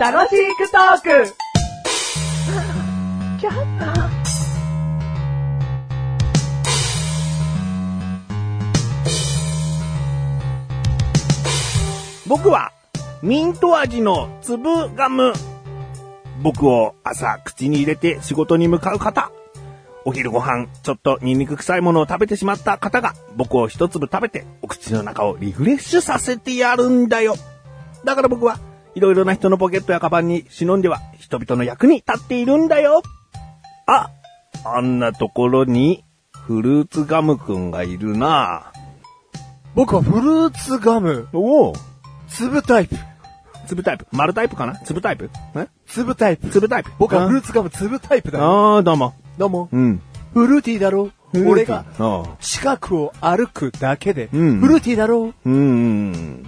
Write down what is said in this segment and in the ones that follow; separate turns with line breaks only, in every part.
楽しくトーク
僕は、ミント味の粒ガム。僕を朝口に入れて仕事に向かう方。お昼ご飯、ちょっとニンニク臭いものを食べてしまった方が、僕を一粒食べて、お口の中をリフレッシュさせてやるんだよ。だから僕は、いろいろな人のポケットやカバンに忍んでは、人々の役に立っているんだよ。あ、あんなところに、フルーツガムくんがいるな
僕はフルーツガム、
おお
粒タイプ。
粒タイプ丸タイプかな粒タイプえ
粒タイプ。
粒タイプ
僕はフルー
ツ。
ツガム粒タイプだよ。
ああ、どうも。
どうも。
うん。
フルーティーだろう。俺が
ああ
近くを歩くだけで、
うん
フルーティーだろ
う
う。
んうん。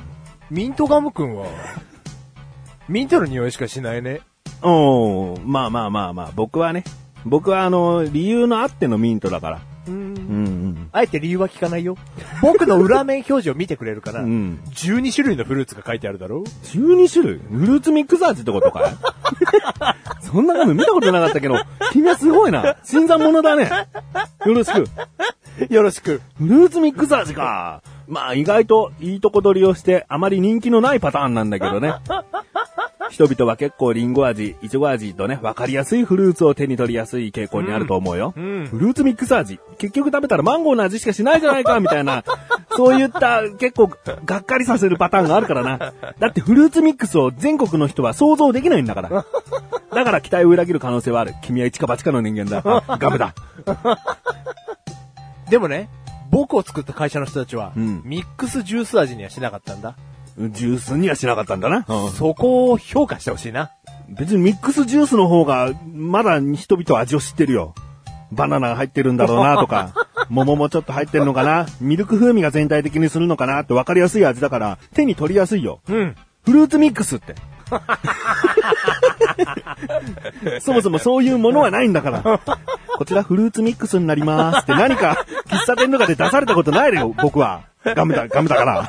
ミントガムくんは、ミントの匂いしかしないね。
おーまあまあまあまあ、僕はね。僕はあの、理由のあってのミントだから。うんうん。
あえて理由は聞かないよ。僕の裏面表示を見てくれるから、
うん
12種類のフルーツが書いてあるだろ
12種類フルーツミックス味ってことかい そんなガム見たことなかったけど、君はすごいな。新参者だね。よろしく。
よろしく。
フルーツミックス味か。まあ意外といいとこ取りをしてあまり人気のないパターンなんだけどね。人々は結構リンゴ味、イチゴ味とね、わかりやすいフルーツを手に取りやすい傾向にあると思うよ。
うん
フルーツミックス味。結局食べたらマンゴーの味しかしないじゃないか、みたいな。そういった結構がっかりさせるパターンがあるからな。だってフルーツミックスを全国の人は想像できないんだから。だから期待を裏切る可能性はある。君は一か八かの人間だ。あガムだ。
でもね、僕を作った会社の人たちは、
うん
ミックスジュース味にはしなかったんだ。
ジュースにはしなかったんだな。うん
そこを評価してほしいな。
別にミックスジュースの方が、まだ人々は味を知ってるよ。バナナが入ってるんだろうなとか、桃もちょっと入ってるのかな、ミルク風味が全体的にするのかなって分かりやすい味だから、手に取りやすいよ。
うん。
フルーツミックスって。そもそもそういうものはないんだから。こちらフルーツミックスになりますって何か喫茶店とかで出されたことないでよ、僕は。ガムだ、ガムだから。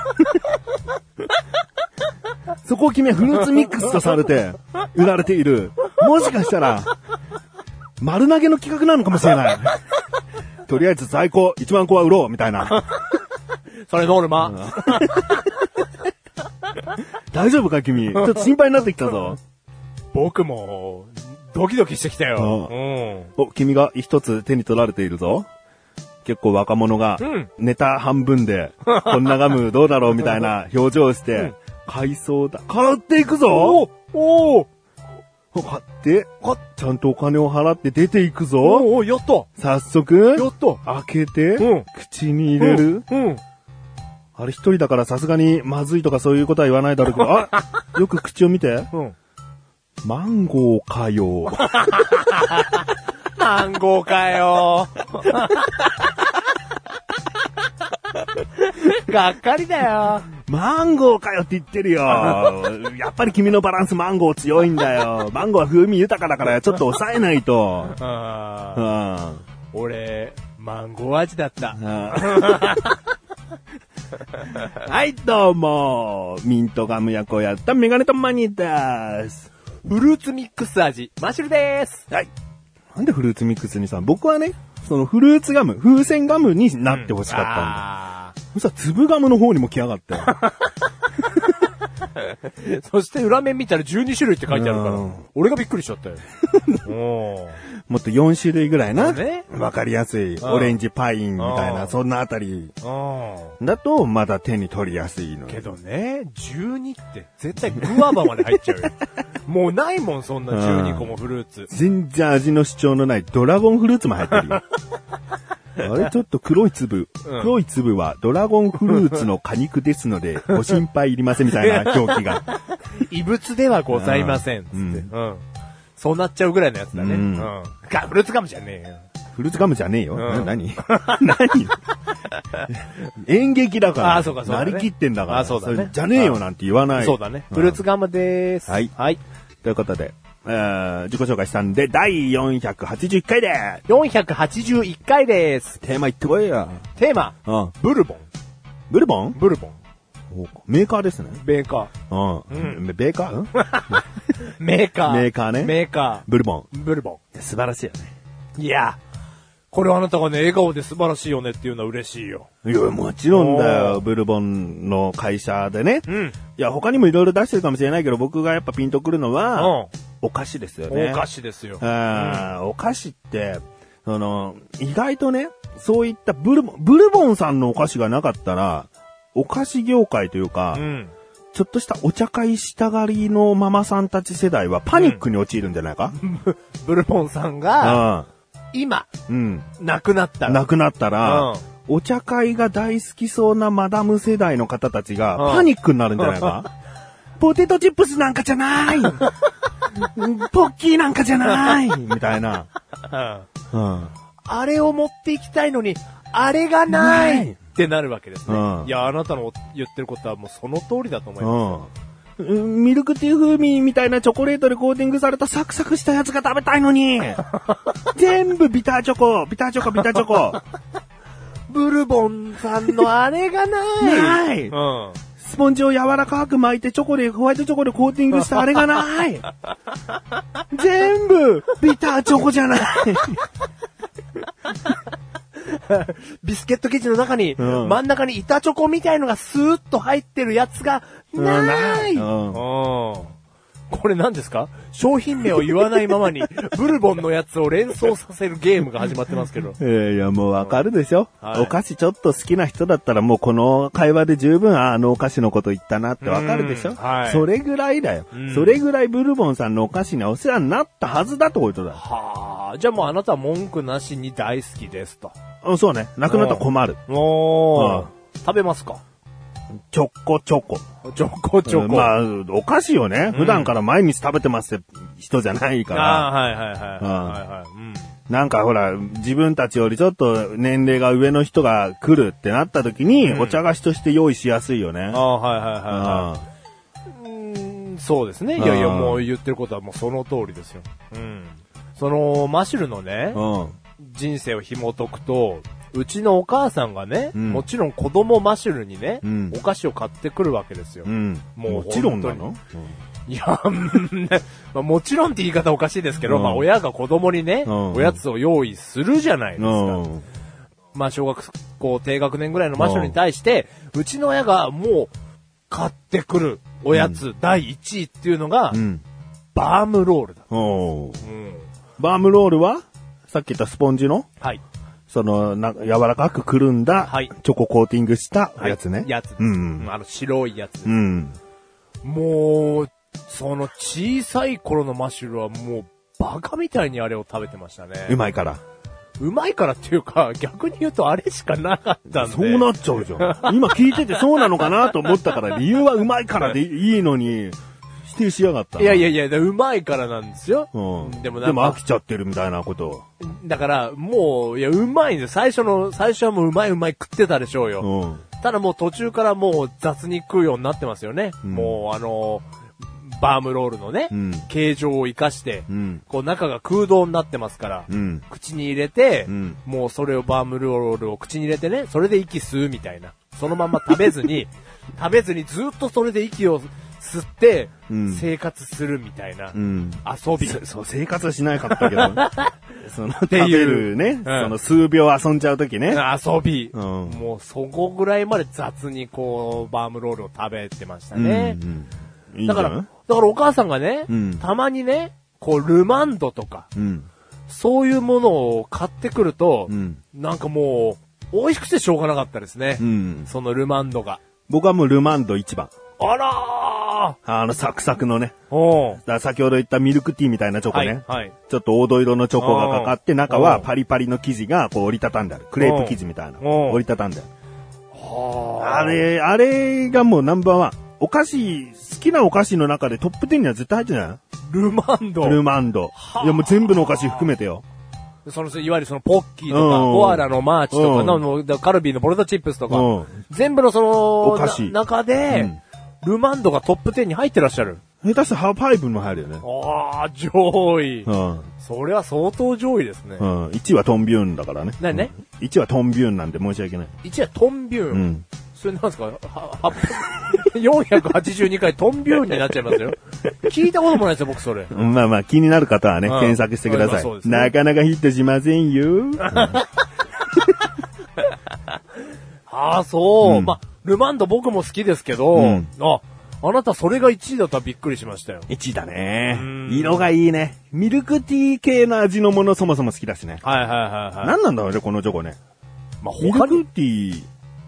そこを君はフルーツミックスとされて売られている。もしかしたら、丸投げの企画なのかもしれない。とりあえず在庫1万個は売ろう、みたいな。
それノルマ。
大丈夫か君。ちょっと心配になってきたぞ。
僕も、ドキドキしてきたよ。
う
う
お、君が一つ手に取られているぞ。結構若者が
うん、
ネタ半分 で、こんなガムどうだろうみたいな表情をして、買いそうだ。買っていくぞ
おお
買って、買っちゃんとお金を払って出ていくぞ
おおやった
早速、
やった
開けて
うん、
口に入れる
うん。
あれ一人だからさすがにまずいとかそういうことは言わないだろうけど、あよく口を見て。
うん。
マンゴーかよ。
マンゴーかよ。 がっかりだよ。
マンゴーかよって言って るよ。やっぱり君のバランスマンゴー強いんだよ。マンゴーは風味豊かだからちょっと抑えないと。うん。うん
俺、マンゴー味だった。
はい、どうも。ミントガム役をやったメガネとマニーです。
フルーツミックス味、マシュルです。
はい。なんでフルーツミックスにさ、僕はね、そのフルーツガム、風船ガムになってほしかったんだ。
あ
そしたら粒ガムの方にも来やがって。
ーそして裏面見たら12種類って書いてあるか
う
ら
ん、
俺がびっくりしちゃっ たよ。おー
もっと4種類ぐらいな。
そうね
わかりやすい。
ん
オレンジパインみたいうな、
ん
そんなあたり
うん
だと、まだ手に取りやすいの。
けどね、12って絶対グワバまで入っちゃう よ。もうないもん、そんな12個もフルーツ。
全然味の主張のないドラゴンフルーツも入ってる よ。あれちょっと黒い粒、
うん
黒い粒はドラゴンフルーツの果肉ですの で、ご心配いりませんみたいな表記が。
異物ではございません、つって。
う
うんん。そうなっちゃうぐらいのやつだね。
う
うんん。ガフルーツガムじゃねえよ。
フルーツガムじゃねえよ。
ん
な何 何演劇だから。
あそうかそうだね
なりきってんだから。
あそうだね
れじゃねえよなんて言わない。
そうだね。フルーツガムでーす。
はい
はい。
ということで、えー自己紹介したんで、第481回で
481回です。
テーマ言ってこいよ。
テーマ、
うん。
ブルボン。
ブルボン
ブルボン。
そうかメーカーですね。
メーカ
うん。ベーカ ー、うん、
ー。メーカー。
メーカーね
メーカ
ブルボ
ー。ブルボ
ン。素晴らしいよね。
ン。いや、これはあなたがね、笑顔で素晴らしいよねっていうのは嬉しいよ。
いや、もちろんだよ。ブルボンの会社でね。
うん
いや、他にもいろいろ出してるかもしれないけど、僕がやっぱピンとくるのは、
うん
お菓子ですよね。
お菓子ですよ。
あーお菓子って、その、意外とね、そういったブルボン、ブルボンさんのお菓子がなかったら、お菓子業界というか、
うん。
ちょっとしたお茶会したがりのママさんたち世代はパニックに陥るんじゃないか、
ブルボンさんが、今、
うん。
亡くなった
うん。
ら。
なくなったら、
うん
お茶会が大好きそうなマダム世代の方たちが
うん
パニックになるんじゃないか、ポテトチップスなんかじゃない ポッキーなんかじゃないみたいな。
うん
うん。
あれを持っていきたいのに、あれがない
ない
ってなるわけですね。
うん
いや、あなたの言ってることはもうその通りだと思います。
うん。ミルクティー風味みたいなチョコレートでコーティングされたサクサクしたやつが食べたいの に全部ビターチョコビターチョコビターチョ コ
ブルボンさんのあれがない。
ない
うん。
スポンジを柔らかく巻いてチョコで、ホワイトチョコでコーティングしたあれが ない全部ビターチョコじゃない
ビスケット生地の中に、
うん
真ん中に板チョコみたいのがスーッと入ってるやつがない、
うんないう
うんんこれ何ですか商品名を言わないままに、ブルボンのやつを連想させるゲームが始まってますけど。
いやいや、もうわかるでしょ、
はい
お菓子ちょっと好きな人だったらもうこの会話で十分、ああのお菓子のこと言ったなってわかるでしょ、
うんはい
それぐらいだよ、
うん
それぐらいブルボンさんのお菓子にはお世話になったはずだとことだよ。
はあ、じゃあもうあなたは文句なしに大好きですと。
うん、そうね。なくなったら困る。
おー
うん
食べますか
チョコチョコ。
チョコチョコ。
まあ、お菓子をね、
ん
普段から毎日食べてますって人じゃないから、
あーはいはいはい。はいはいうん
なんかほら、自分たちよりちょっと年齢が上の人が来るってなった時に、
うん
お茶菓子として用意しやすいよね。
ああー、はいはいは
うん
いはい。うーんそうですね。いやいや、
うん
もう言ってることはもうその通りですよ。うん。その、マシュルのね、
うん。
人生を紐解くと、うちのお母さんがね、
うん
もちろん子供マシュルにね、
うん
お菓子を買ってくるわけですよ。
うん。
も
も
う
ちろんなの
いや、うんまあもちろんって言い方おかしいですけど、
うん
まあ親が子供にね、
うん
おやつを用意するじゃないですか。
うん。
まあ小学校低学年ぐらいのマシュルに対して、うちの親がもう買ってくるおやつ第1位っていうのが、
うん。
バームロールだ。
おー
うん。
バームロールはさっき言ったスポンジの
はい。
その、な、柔らかくくるんだ、
はい
チョココーティングしたやつね。
やつです。
うん。
あの白いやつ。
うん。
もう、その小さい頃のマッシュルはもうバカみたいにあれを食べてましたね。
うまいから。
うまいからっていうか、逆に言うとあれしかなかったんで。
そうなっちゃうじゃん。今聞いててそうなのかなと思ったから、理由はうまいからでいいのに、否定しやがったな。
いやいやいや、でうまいからなんですよ。
うん。
でもな
で
ん
も飽
か
き、ちゃってるみたいなこと。
だから、もう、いや、うまいんです最初の、最初はもううまいうまい食ってたでしょうよ。
うん。
ただもう途中からもう雑に食うようになってますよね。
うん
もうあのーバームロールのね、
うん
形状を生かして、
うん。
こう中が空洞になってますから、
うん。
口に入れて、
うん
もうそれをバームロールを口に入れてね、それで息吸うみたいな。そのまんま食べ ずに、食べずにずっとそれで息を吸って
うん、
生活するみたいな、
うん。
遊び。
せそう、生活はしなかったけど。 その、食
て
べ
い
る
う
ね、
ん
その数秒遊んじゃうときね。
遊び、
うん
もうそこぐらいまで雑にこう、バームロールを食べてました
うん
ね。
うんいいんじ
だ
ゃな
か
い
ら、だからお母さんがね、
うん
たまにね、こう、ルマンドとか、
うん。
そういうものを買ってくると、
うん
なんかもう、美味しくてしょうがなかったですね。
うん
そのルマンドが。
僕はもうルマンド一番。
あら
あの、サクサクのね。
ーおう
だから先ほど言ったミルクティーみたいなチョコ
は
ね。
い、はい。
ちょっと黄土色のチョコがかかって、
うん
中はパリパリの生地がこう折りたたんである。クレープ生地みたいな。
うん
折りたたんである。
あ
あれ、あれがもうナンバーワン。お菓子、好きなお菓子の中でトップ10には絶対入ってな
ルマン
いル
ド。
マンド
は。あ
いやもう全部のお菓子含めてよ。
その、いわゆるそのポッキーとか、
うん
コアラのマーチと
う
か、
ん
なのカルビーのポテトチップスとか、
うん
全部のその、
お菓子
な中で、ルマンドがトップ10に入ってらっしゃる。
下手したらハーファイブも入るよね。
ああ、上位。
うん。
それは相当上位ですね
う。ん。1はトンビューンだからね。
何ね
うん ?1 はトンビューンなんで申し訳ない。
一はトンビューン。
うん。
そそれなんですかは は ?482 回トンビューになっちゃいま すよ。聞いたこともないですよ、僕それ。
まあまあ、気になる方はね、
うん
検索してくだ
まあま
さ
あそうで
い。
すね
なかなかヒットしませんよ。
ああ、そう。
うん
まあ、ルマンド僕も好きですけど、
うん
あ、あなたそれが1位だったらびっくりしましたよ。
1位だね
う。ん
色がいいね。ミルクティー系の味のものそもそも好きだしね。
はいはいはいはい。
何なんだろうね、このチョコね。
まあ、
ミ
他
ル
に、
クティー。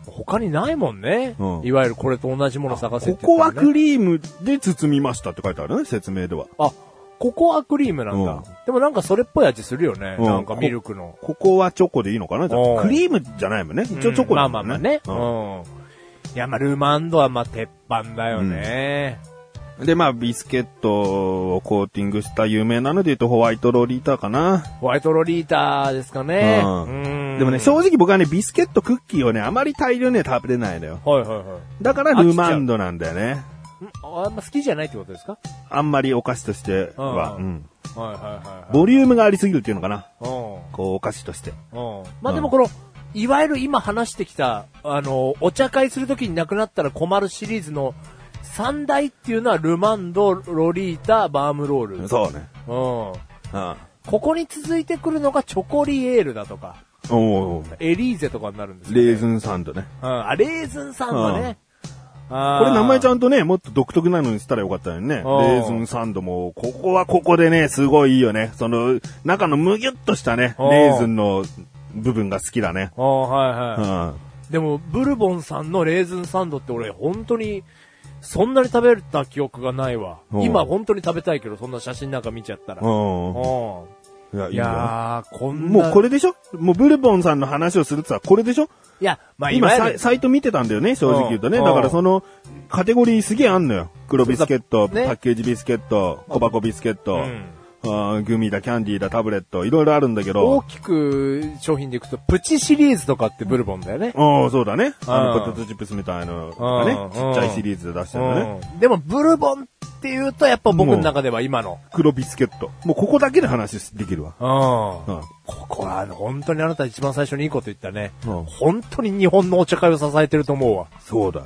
他にないもんね。
うん
いわゆるこれと同じもの探せ
こ
って
こ
言
は
ったらね
クリームで包みましたって書いてあるね、説明では。
あ、ココアクリームなんだ。
うん
でもなんかそれっぽい味するよね。
うん
なんかミルクの。
ここはチョコでいいのかなじゃ
う
あ
ん
クリームじゃないもんね。一応チョコ
ま
だ
あ
も
まあ
ん
まあね。う
うんん。
いや、まあ、ルマンドはまあ、鉄板だよね。
で、まあ、ビスケットをコーティングした有名なので言うとホワイトロリータかな。
ホワイトロリーターですかね。
うん
うん
でもね、正直僕はね、ビスケットクッキーをね、あまり大量には食べれないのよ。
はいはいはい。
だからルマンドなんだよね。
んああんま好きじゃないってことですか
あんまりお菓子としては。
う
うんん。
はいはいはいはい。
ボリュームがありすぎるっていうのかな。
うん。
こう、お菓子として。
うんまあでもこの、いわゆる今話してきた、あの、お茶会するときになくなったら困るシリーズの三大っていうのはルマンド、ロリータ、バームロール。うん。
そうね。
こ
うん。
こに続いてくるのがチョコリエールだとか、
おー
エリーゼとかになるんですよね
レーズンサンドね。
うん。あ、レーズンサンドね。
こ
こ
れ名前ち
ん。
ゃんとね、もっと独特なのにしたらよかったのにね。レ
ああ
ーズンサンドも、ここはここでね、すごいいいよね。その、中のむぎゅっとしたね、
ああ
レーズンの部分が好きだね。
ああはいはい。
うん。
でも、ブルボンさんのレーズンサンドって俺、本当に、そんなに食べた記憶がないわ。
うん
今、本当に食べたいけど、そんな写真なんか見ちゃったら。
う。
うん
いや、い
ん。い
いよ。
やー、こんな。
もうこれでしょもうブルボンさんの話をするってさ、これでしょ
いや、まあ
今
今、
サイ、サイト見てたんだよね、正直言うとね。
うん
だからその、カテゴリーすげえあんのよ。黒ビスケット、
そうだね
パッケージビスケット、小箱ビスケット、
うん
あーグミだ、キャンディーだ、タブレット、いろいろあるんだけ
大
ど。
きく商品でいくと、プチシリーズとかってブルボンだよね。
ああ、そうだね。あ
う
の、
ん
ポテトチップスみたいなのがね
うん、
ちっちゃいシリーズで出してるのね。
うんでも、ブルボンっていうと、やっぱ僕の中では今の。
黒ビスケット。もうここだけで話できるわ。
う。
うんん。
ここは、本当にあなた一番最初にいいこと言ったね。
うん
本当に日本のお茶会を支えてると思うわ。
そうだ。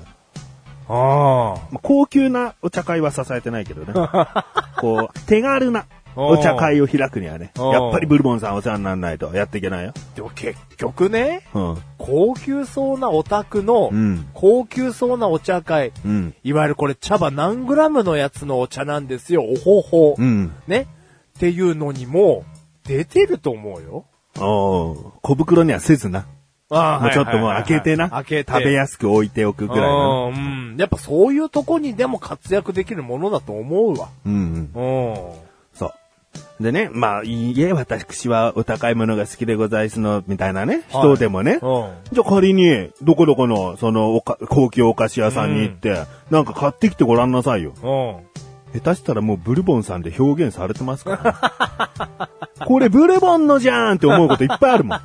ああ。
まあ、高級なお茶会は支えてないけ どね。こう、手軽なお茶会を開くにはね、
うん
やっぱりブルボンさんお世話にならないとやっていけないよ。
でも結局ね、
うん。
高級そうなオタクの
うん、
高級そうなお茶会、
うん。
いわゆるこれ茶葉何グラムのやつのお茶なんですよ、おほほ。
うん。
ね。っていうのにも、出てると思うよ。
おう小袋にはせずな。
あ
もうちょっともう開けてな。
開けて。
食べやすく置いておくぐらいの。
うんうん。やっぱそういうとこにでも活躍できるものだと思うわ。
うんうん。
うん。
そう。でね、まあ、いいえ、私はお高いものが好きでございますの、みたいなね、
はい
人でもね。じゃあ仮に、どこどこの、そのおか、高級お菓子屋さんに行って、なんか買ってきてごらんなさいよ。
うん。うん。
下手したらもうブルボンさんで表現されてますから、 ね。これブルボンのじゃんって思うこといっぱいあ るもん。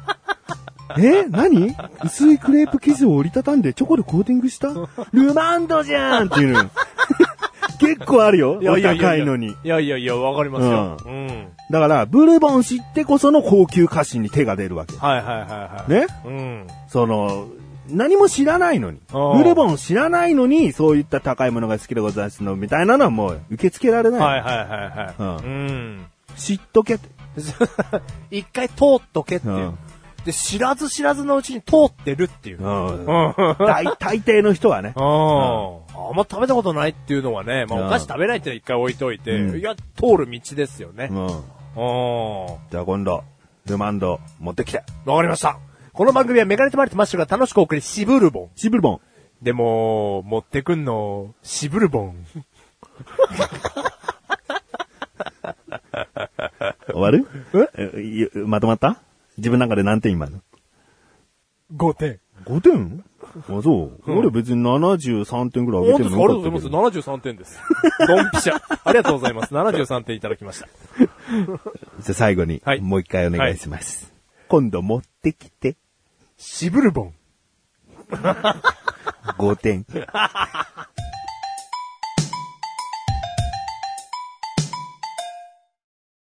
え何薄いクレープ生地を折りたたんでチョコでコーティング したルマンドじゃんっていうの。 結構あるよ。お高いのに。
いやいやいや、わかりますよ。うん。
だから、ブルボン知ってこその高級歌詞に手が出るわけ。
はいはいはいはい。
ね
うん。
その、何も知らないのに。
あー
ブルボン知らないのに、そういった高いものが好きでございますの、みたいなのはもう受け付けられない。
はいはいはいはい。うん。
知っとけって。
一回通っとけっていう。
うん
で、知らず知らずのうちに通ってるっていう。
うん
うん。
大大抵の人はね。
あんま食べたことないっていうのはね、ま
うん
あお菓子食べないって一回置いといて、
うん
いや、通る道ですよ ね
う。ん。
うん。わ
じゃあ今度、ルマンド持ってきて。
かりました。この番組はメガネとマリとマッシュが楽しくお送り、シブルボン。
シブルボン。
でも、持ってくんの、シブルボン。
終わるえいまとまった自分の中で何点今の
5点。
?5 点あ、そう。俺別に73点ぐらい上げてもよか
本当ですかありがと
っ
う
た
ご
け
ざい
ど。
ます。73点です。ドンピシャ。ありがとうございます。73点いただきました。
じゃあ最後に、
はい
もう一回お願いします。今度持ってきて、
シブルボン。
5点。